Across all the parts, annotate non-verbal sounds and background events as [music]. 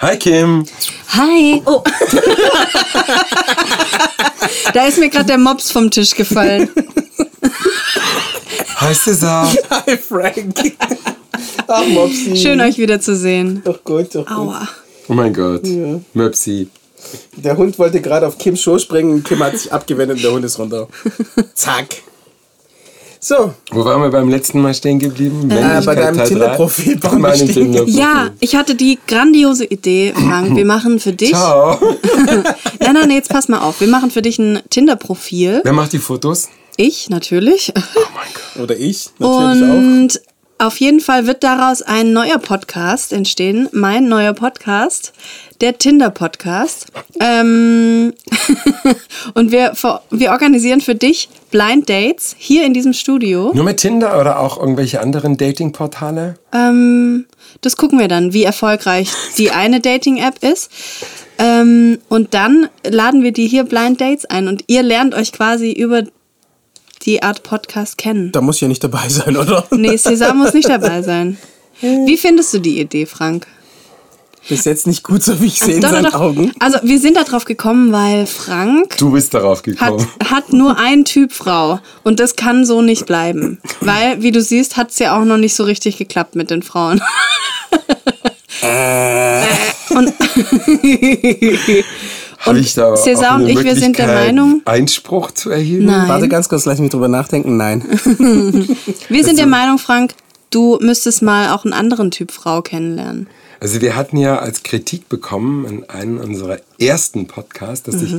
Hi Kim. Hi. Oh. [laughs] da ist mir gerade der Mops vom Tisch gefallen. Hi Cesar. Hi Frank. [laughs] Ach, Mopsi. Schön euch wieder zu sehen. Doch gut, doch gut. Aua. Oh mein Gott. Ja. Möpsi. Der Hund wollte gerade auf Kims Schoß springen. Kim hat sich abgewendet und der Hund [laughs] ist runter. Zack. So, Wo waren wir beim letzten Mal stehen geblieben? äh, bei Teil deinem drei. Tinder-Profil Bei waren wir meinem stehen. Tinder-Profil. Ja, ich hatte die grandiose Idee, Frank, wir machen für dich. Ciao. Nein, nein, nee, jetzt pass mal auf. Wir machen für dich ein Tinder-Profil. Wer macht die Fotos? Ich natürlich. Oder ich, natürlich auch. Und auf jeden Fall wird daraus ein neuer Podcast entstehen. Mein neuer Podcast, der Tinder-Podcast. Ähm [laughs] und wir, ver- wir organisieren für dich Blind Dates hier in diesem Studio. Nur mit Tinder oder auch irgendwelche anderen Dating-Portale? Ähm, das gucken wir dann, wie erfolgreich die eine Dating-App ist. Ähm, und dann laden wir die hier Blind Dates ein und ihr lernt euch quasi über die Art Podcast kennen. Da muss ich ja nicht dabei sein, oder? Nee, Cesar muss nicht dabei sein. Hm. Wie findest du die Idee, Frank? Bis jetzt nicht gut, so wie ich sehe in Doch, doch, seinen doch. Augen. Also, wir sind darauf gekommen, weil Frank Du bist darauf gekommen. hat, hat nur einen Typ Frau und das kann so nicht bleiben. Weil, wie du siehst, hat es ja auch noch nicht so richtig geklappt mit den Frauen. Äh. und [laughs] Hab ich da Cesar auch und eine ich, wir sind der Möglichkeit, Meinung- Einspruch zu erheben? Nein. Warte ganz kurz, lass mich drüber nachdenken. [laughs] Nein. wir sind der Also Meinung, Frank, du müsstest mal auch einen anderen Typ Frau kennenlernen. Also wir hatten ja als Kritik bekommen in einem unserer ersten Podcasts, dass ich...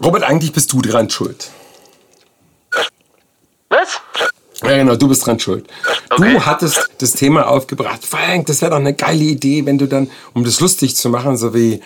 Robert, eigentlich bist du dran schuld. Was? Ja, genau, du bist dran schuld. Okay. Du hattest das Thema aufgebracht. Frank, das wäre doch eine geile Idee, wenn du dann, um das lustig zu machen, so wie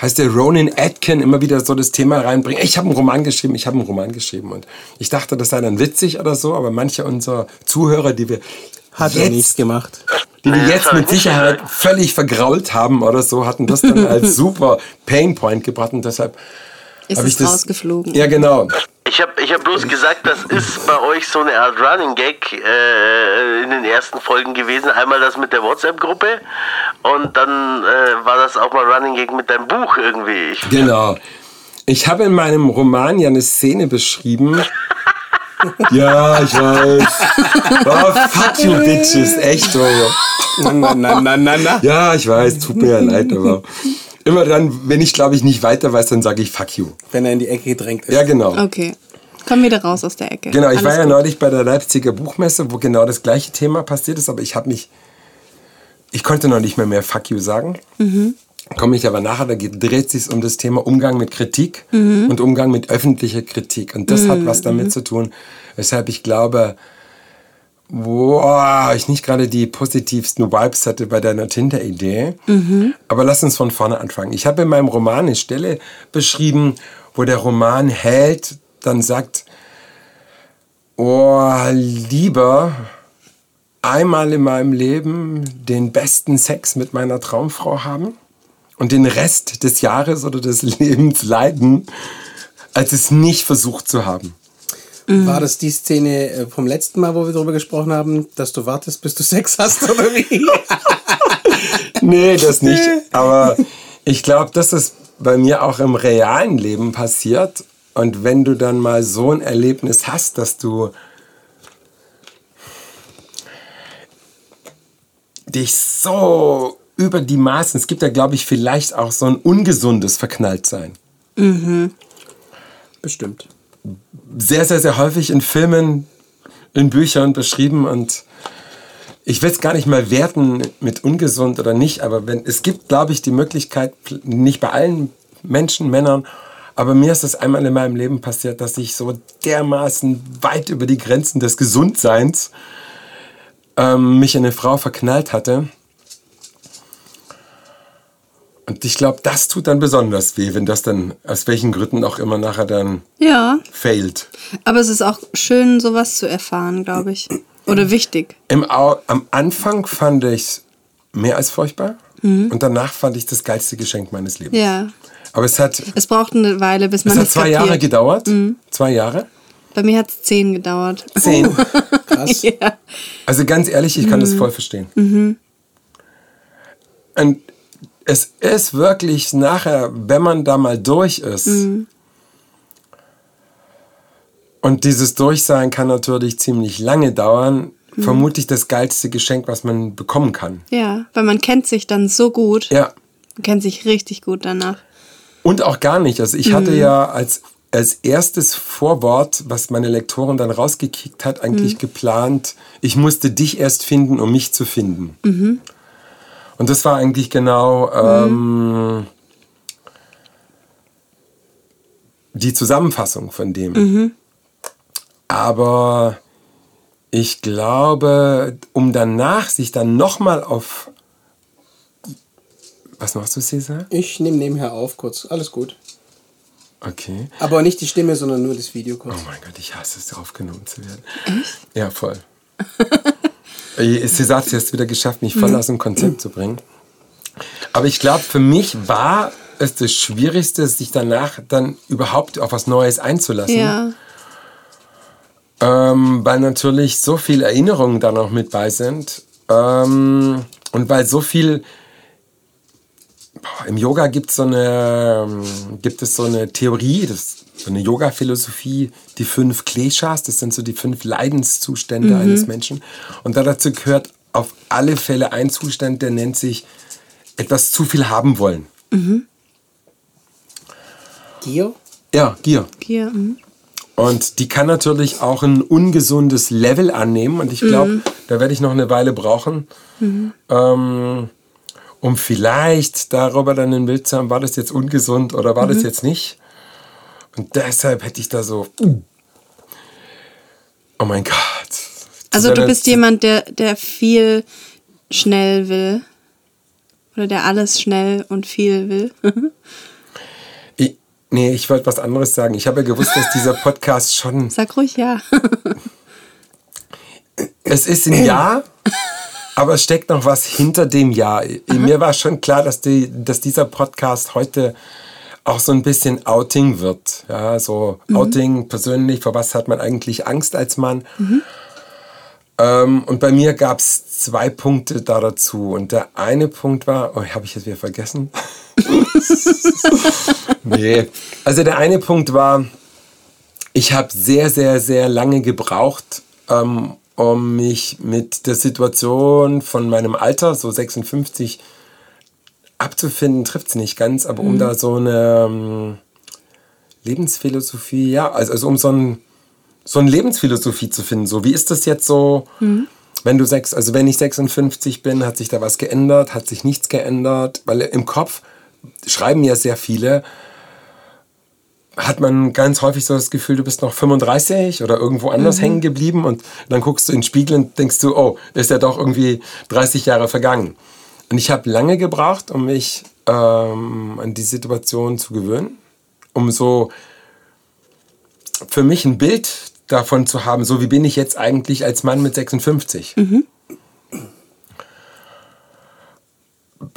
heißt der Ronan Atkin immer wieder so das Thema reinbringen. Ich habe einen Roman geschrieben, ich habe einen Roman geschrieben und ich dachte, das sei dann witzig oder so, aber manche unserer Zuhörer, die wir Hat er nichts jetzt, gemacht. die wir Nee, Äh, das jetzt hab mit ich nicht Sicherheit gesagt. völlig vergrault haben oder so, hatten das dann [laughs] als super Painpoint gebracht und deshalb Ist habe ich es das rausgeflogen. Ja, genau. Ich habe ich hab bloß gesagt, das ist bei euch so eine Art Running Gag äh, in den ersten Folgen gewesen. Einmal das mit der WhatsApp-Gruppe und dann äh, war das auch mal Running Gag mit deinem Buch irgendwie. Ich, Genau. Ich habe in meinem Roman ja eine Szene [laughs] beschrieben. Ja, ich weiß. Oh, fuck you bitches, echt so. Nein, nein, nein, nein, nein, nein. Ja, ich weiß, tut mir ja leid, [laughs] aber immer dann, wenn ich glaube ich nicht weiter weiß, dann sage ich fuck you. Wenn er in die Ecke gedrängt ist. Ja, genau. Okay. Komm wieder raus aus der Ecke. Genau, ich Alles war ja gut. neulich bei der Leipziger Buchmesse, wo genau das gleiche Thema passiert ist, aber ich habe mich, ich konnte noch nicht mehr mehr Fuck you sagen. Mhm. Komme ich aber nachher, da geht, dreht sich um das Thema Umgang mit Kritik Mhm. und Umgang mit öffentlicher Kritik. Und das hat was damit zu tun, weshalb ich glaube, wow, ich nicht gerade die positivsten Vibes hatte bei deiner Tinder-Idee. Mhm. Aber lass uns von vorne anfangen. Ich habe in meinem Roman eine Stelle beschrieben, wo der Roman hält, dann sagt, Oh, lieber einmal in meinem Leben den besten Sex mit meiner Traumfrau haben und den Rest des Jahres oder des [laughs] Lebens leiden, als es nicht versucht zu haben. War das die Szene äh, vom letzten Mal, wo wir darüber gesprochen haben, dass du wartest, bis du Sex hast oder [laughs] wie? Nee, das nicht. Aber ich glaube, das ist bei mir auch im realen Leben passiert. Und wenn du dann mal so ein Erlebnis hast, dass du dich so über die Maßen, es gibt ja, glaube ich, vielleicht auch so ein ungesundes Verknalltsein. Bestimmt. sehr, sehr, sehr häufig in Filmen, in Büchern beschrieben und ich will es gar nicht mal werten mit ungesund oder nicht, aber wenn, es gibt, glaube ich, die Möglichkeit, nicht bei allen Menschen, Männern, aber mir ist es einmal in meinem Leben passiert, dass ich so dermaßen weit über die Grenzen des Gesundseins ähm, mich in eine Frau verknallt hatte. Und ich glaube, das tut dann besonders weh, wenn das dann aus welchen Gründen auch immer nachher dann Ja, failed. aber es ist auch schön, sowas zu erfahren, glaube ich. Oder wichtig. Im Au am Anfang fand ich es mehr als furchtbar und danach fand ich das geilste Geschenk meines Lebens. Mhm. Ja. Aber es hat, Es braucht eine Weile, bis man es hat es zwei kapiert. Mhm. Uh. Jahre gedauert. Zwei Jahre. Bei mir hat es zehn gedauert. [laughs] Zehn. Krass. Mhm. Also ganz ehrlich, ich kann das voll verstehen. Und es ist wirklich nachher, wenn man da mal durch ist. Mhm. Und dieses Durchsein kann natürlich ziemlich lange dauern. Mhm. Vermutlich das geilste Geschenk, was man bekommen kann. Ja, weil man kennt sich dann so gut. Ja. Man kennt sich richtig gut danach. Und auch gar nicht. Also ich hatte ja als, als erstes Vorwort, was meine Lektorin dann rausgekickt hat, eigentlich geplant, ich musste dich erst finden, um mich zu finden. Und das war eigentlich genau ähm, die Zusammenfassung von dem. Aber ich glaube, um danach sich dann nochmal auf... Was machst du, Cesar? Ich nehme nebenher auf kurz. Alles gut. Okay. Aber nicht die Stimme, sondern nur das Video kurz. Oh mein Gott, ich hasse es, aufgenommen zu werden. Echt? Ja, voll. Äh, Sie hat es jetzt wieder geschafft, mich voll aus dem Konzept zu bringen. Aber ich glaube, für mich war es das Schwierigste, sich danach dann überhaupt auf was Neues einzulassen. Ja. Ähm, weil natürlich so viel Erinnerungen da noch mit bei sind. Ähm, und weil so viel. Boah, Im Yoga gibt's so eine, ähm, gibt es so eine Theorie, das, so eine Yoga-Philosophie, die fünf Kleshas, das sind so die fünf Leidenszustände eines Menschen. Und da dazu gehört auf alle Fälle ein Zustand, der nennt sich etwas zu viel haben wollen. Gier? Ja, Gier. Hier. mhm. Und die kann natürlich auch ein ungesundes Level annehmen. Und ich glaube, Mhm. da werde ich noch eine Weile brauchen, ähm, um vielleicht darüber dann ein Bild zu haben, war das jetzt ungesund oder war Mhm. das jetzt nicht. Und deshalb hätte ich da so, oh mein Gott. Also du Sondern- bist jemand, der, der viel schnell will. Oder der alles schnell und viel will. [laughs] Ich, nee, ich wollte was anderes sagen. Ich habe ja gewusst, dass [laughs] dieser Podcast schon Sag ruhig ja. [laughs] Es ist ein Ja, aber es steckt noch was hinter dem Ja. Mir war schon klar, dass, die, dass dieser Podcast heute auch so ein bisschen Outing wird. Ja, so Outing persönlich, vor was hat man eigentlich Angst als Mann? Ähm, und bei mir gab es zwei Punkte da dazu. Und der eine Punkt war, oh, habe ich jetzt wieder vergessen? [laughs] nee. Also der eine Punkt war, ich habe sehr, sehr, sehr lange gebraucht, ähm, um mich mit der Situation von meinem Alter, so 56, abzufinden, trifft es nicht ganz, aber um da so eine ähm, Lebensphilosophie, ja, also, also um so, ein, so eine Lebensphilosophie zu finden, so wie ist das jetzt so, wenn du sechs, also wenn ich 56 bin, hat sich da was geändert, hat sich nichts geändert, weil im Kopf schreiben ja sehr viele, hat man ganz häufig so das Gefühl, du bist noch 35 oder irgendwo anders hängen geblieben und dann guckst du in den Spiegel und denkst du, oh, ist ja doch irgendwie 30 Jahre vergangen. Und ich habe lange gebraucht, um mich ähm, an die Situation zu gewöhnen, um so für mich ein Bild davon zu haben, so wie bin ich jetzt eigentlich als Mann mit 56.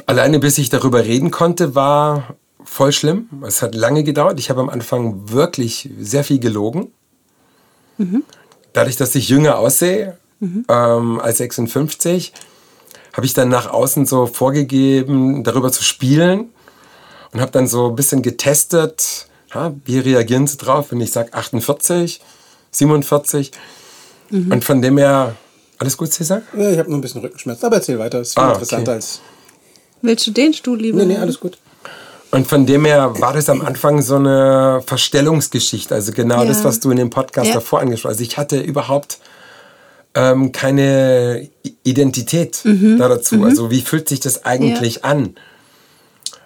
alleine bis ich darüber reden konnte, war voll schlimm. Es hat lange gedauert. Ich habe am Anfang wirklich sehr viel gelogen. Dadurch, dass ich jünger aussehe ähm, als 56, habe ich dann nach außen so vorgegeben, darüber zu spielen und habe dann so ein bisschen getestet, ja, wie reagieren sie drauf, wenn ich sage 48, 47. Und von dem her, alles gut, Cesar? Ja, ich habe nur ein bisschen Rückenschmerzen, aber erzähl weiter. Ist viel Ah, interessanter okay. als. Willst du den Stuhl lieber? Nee, nee, alles gut. Und von dem her war das am Anfang so eine Verstellungsgeschichte. Also genau Ja. das, was du in dem Podcast Ja. davor angesprochen hast. Also ich hatte überhaupt ähm, keine I- Identität Mhm. da dazu. Also wie fühlt sich das eigentlich an?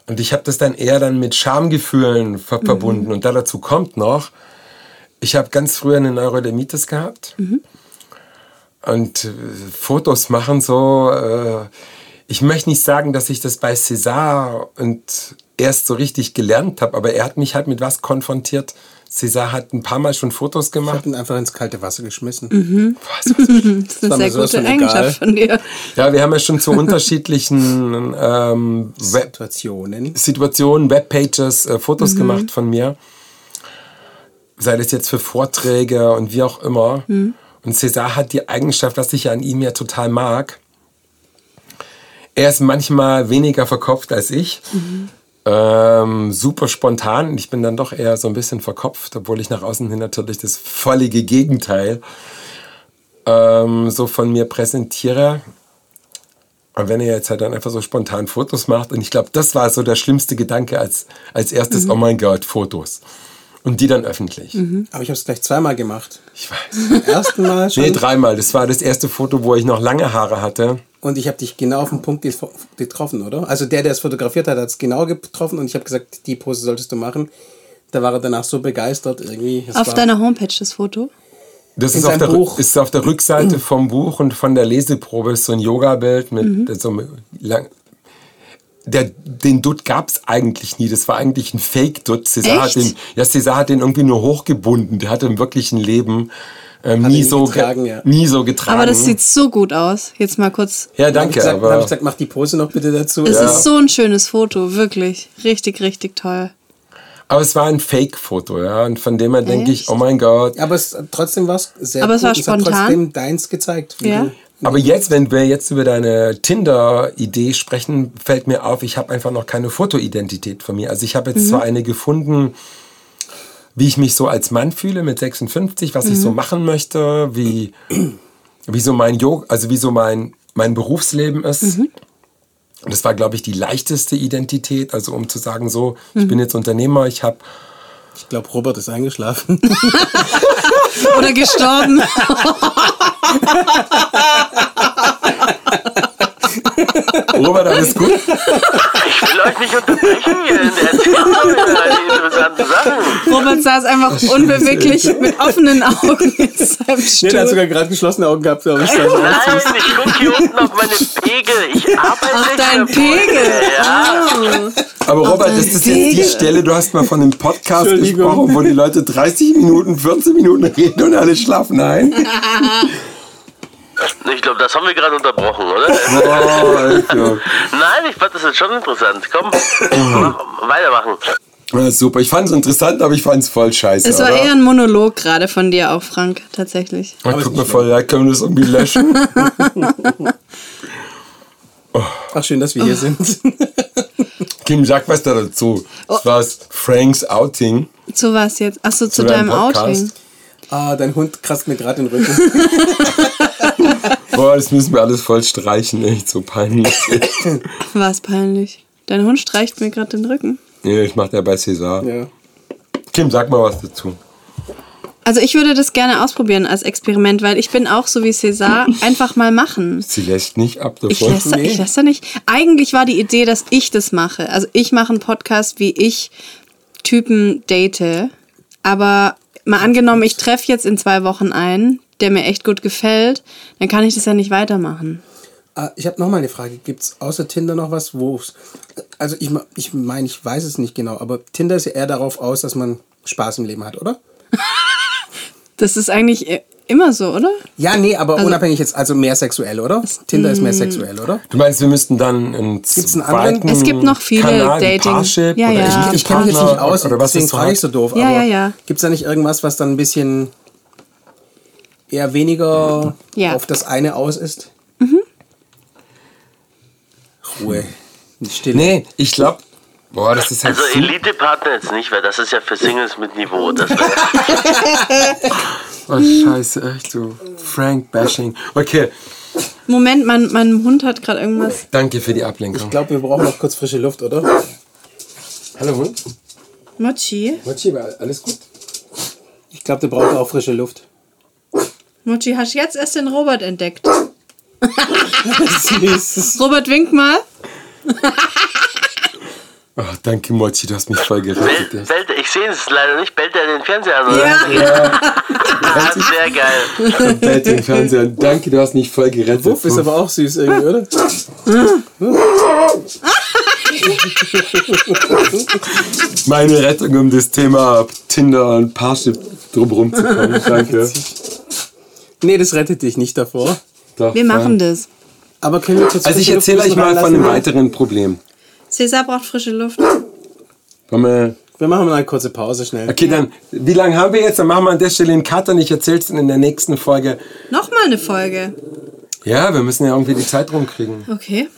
Und ich habe das dann eher dann mit Schamgefühlen ver Mhm. verbunden. Und da dazu kommt noch, ich habe ganz früher eine Neurodermitis gehabt und äh, Fotos machen so. Äh, ich möchte nicht sagen, dass ich das bei César und erst so richtig gelernt habe, aber er hat mich halt mit was konfrontiert. César hat ein paar Mal schon Fotos Ich [laughs] gemacht. habe ihn einfach ins kalte Wasser geschmissen. Mhm. Das ist eine war sehr mir sowas gute von egal. Eigenschaft von dir. Ja, wir haben ja schon zu unterschiedlichen ähm, Web Situationen. Situationen, Webpages, äh, Fotos gemacht von mir. Sei das jetzt für Vorträge und wie auch immer. Und César hat die Eigenschaft, was ich an ihm ja total mag. Er ist manchmal weniger verkopft als ich. Ähm, super spontan. Ich bin dann doch eher so ein bisschen verkopft, obwohl ich nach außen hin natürlich das völlige Gegenteil ähm, so von mir präsentiere. Und wenn er jetzt halt dann einfach so spontan Fotos macht, und ich glaube, das war so der schlimmste Gedanke als, als erstes, Mhm. oh mein Gott, Fotos. Und die dann öffentlich. Aber ich habe es gleich zweimal gemacht. Ich weiß. Beim ersten Mal schon. Nee, dreimal. Das war das erste Foto, wo ich noch lange Haare hatte. Und ich habe dich genau auf den Punkt gefo- getroffen, oder? Also der, der es fotografiert hat, hat es genau getroffen und ich habe gesagt, die Pose solltest du machen. Da war er danach so begeistert irgendwie. Es Auf war, deiner Homepage das Foto. Das In ist auf, seinem der, Buch. ist auf der Rückseite vom Buch und von der Leseprobe ist so ein Yoga-Bild mit Mhm. so einem lang. Der, den Dutt gab es eigentlich nie. Das war eigentlich ein Fake-Dutt. César hat Echt? den, ja, César hat den irgendwie nur hochgebunden. Der hatte im wirklichen Leben ähm, Hat ihn nie, nie so ge- getragen, ja. nie so getragen. Aber das sieht so gut aus. Jetzt mal kurz. ja, Dann habe danke. ich, gesagt- dann hab aber ich gesagt, mach die Pose noch bitte dazu. Es Ja. ist so ein schönes Foto, wirklich. Richtig, richtig toll. Aber es war ein Fake-Foto, ja. Und von dem her denke ich, Echt? oh mein Gott. aber es, trotzdem war es sehr Aber es gut war und hat spontan. trotzdem deins gezeigt. wie Ja. du- Aber jetzt, wenn wir jetzt über deine Tinder-Idee sprechen, fällt mir auf, ich habe einfach noch keine Fotoidentität von mir. Also ich habe jetzt zwar eine gefunden, wie ich mich so als Mann fühle mit 56, was ich so machen möchte, wie, wie so mein Yoga, also wie so mein, mein Berufsleben ist. Und das war, glaube ich, die leichteste Identität. Also um zu sagen, so, ich bin jetzt Unternehmer, ich habe Ich glaube, Robert [laughs] ist eingeschlafen. Oder [laughs] gestorben. Robert, alles gut. Ich will euch nicht unterbrechen, ihr erzählt doch immer halt die interessanten Sachen. Robert saß einfach unbeweglich mit [laughs] offenen Augen in seinem nee, der hat Stuhl. sogar gerade geschlossene Augen gehabt. glaub ich. [laughs] Nein, ich gucke hier unten auf meine Pegel. Ich arbeite Ach, nicht dein mehr. Pegel. Ja, Oh. Aber Robert, dein ist das jetzt die Segel. Stelle, du hast mal von einem Podcast Entschuldigung. gesprochen, wo die Leute 30 Minuten, 14 Minuten reden und alle schlafen ein? [laughs] ich glaube, das haben wir gerade unterbrochen, oder? Oh, also. Alter. Nein, ich fand das jetzt schon interessant. Komm, mach, weitermachen. Ja, super, ich fand es interessant, aber ich fand es voll scheiße. Es war oder? eher ein Monolog gerade von dir auch, Frank, tatsächlich. Ah, guck mal, voll leid, können wir das irgendwie [laughs] löschen? Ach, schön, dass wir hier sind. [laughs] Kim, sag was da dazu. Oh. Das war Franks Outing Zu was jetzt? Achso, zu, zu deinem deinem Outing. Podcast. ah, dein Hund kratzt mir gerade [laughs] den Rücken. Boah, das müssen wir alles voll streichen, echt so [laughs] peinlich. War es peinlich. Dein Hund streicht mir gerade den Rücken. nee, ich mach der bei César. ja. Kim, sag mal was dazu. Also ich würde das gerne ausprobieren als Experiment, weil ich bin auch so wie César, einfach mal machen. Sie lässt nicht ab davon. Ich lasse Nee. ich lasse nicht. Eigentlich war die Idee, dass ich das mache. Also ich mache einen Podcast, wie ich Typen date. Aber mal angenommen, ich treffe jetzt in zwei Wochen einen, der mir echt gut gefällt, dann kann ich das ja nicht weitermachen. Ah, Ich habe nochmal eine Frage. Gibt es außer Tinder noch was, wo Also ich, me- ich meine, ich weiß es nicht genau, aber Tinder ist ja eher darauf aus, dass man Spaß im Leben hat, oder? Das ist eigentlich i- immer so, oder? Ja, nee, aber unabhängig jetzt, also mehr sexuell, oder? Tinder ist mehr Mm. sexuell, oder? Du meinst, wir müssten dann einen Gibt's einen zweiten anderen? Es gibt noch viele Kanal, wie Dating- Parship Ja, oder ja. Ehepartner Ich, ich kenne mich jetzt nicht aus, oder was deswegen ist frage ich so doof. Ja, aber ja, ja. Gibt es da nicht irgendwas, was dann ein bisschen eher weniger Ja. Mhm. auf das eine aus ist? Ruhe. Stille. Nee, ich glaube, boah, das ist halt Also super. Elite-Partner jetzt nicht, weil das ist ja für Singles mit Niveau. Das Oh, scheiße, echt du. Frank Bashing. Okay, Moment, mein, mein Hund hat gerade irgendwas. danke für die Ablenkung. Ich glaube, wir brauchen noch kurz frische Luft, oder? Hallo, Hund. Mochi? Mochi, alles gut? Ich glaube, wir brauchen auch [laughs] frische Luft. Mochi, hast du jetzt erst den Robert entdeckt? Süß. Robert, wink mal. Oh, danke, Mochi, du hast mich voll gerettet. bellt, echt. bellt, ich sehe es leider nicht. Bellt er den Fernseher an, oder? Ja. Ah, sehr geil. Und Bellt den Fernseher. Danke, du hast mich voll gerettet. um Wuff ist aber auch süß irgendwie, oder? Meine Rettung, um das Thema Tinder und Parship drumherum zu [laughs] kommen. Danke. Nee, das rettet dich nicht davor. Doch, Wir machen fein. das. Aber können wir kurz Also ich frische Luft erzähle ein euch bisschen mal von reinlassen? einem weiteren Problem. César braucht frische Luft. Wollen wir Wir machen mal eine kurze Pause schnell. Okay, dann, wie lange haben wir jetzt? Dann machen wir an der Stelle einen Cut und ich erzähl's dann in der nächsten Folge. Nochmal eine Folge. Ja, wir müssen ja irgendwie die Zeit rumkriegen. Okay.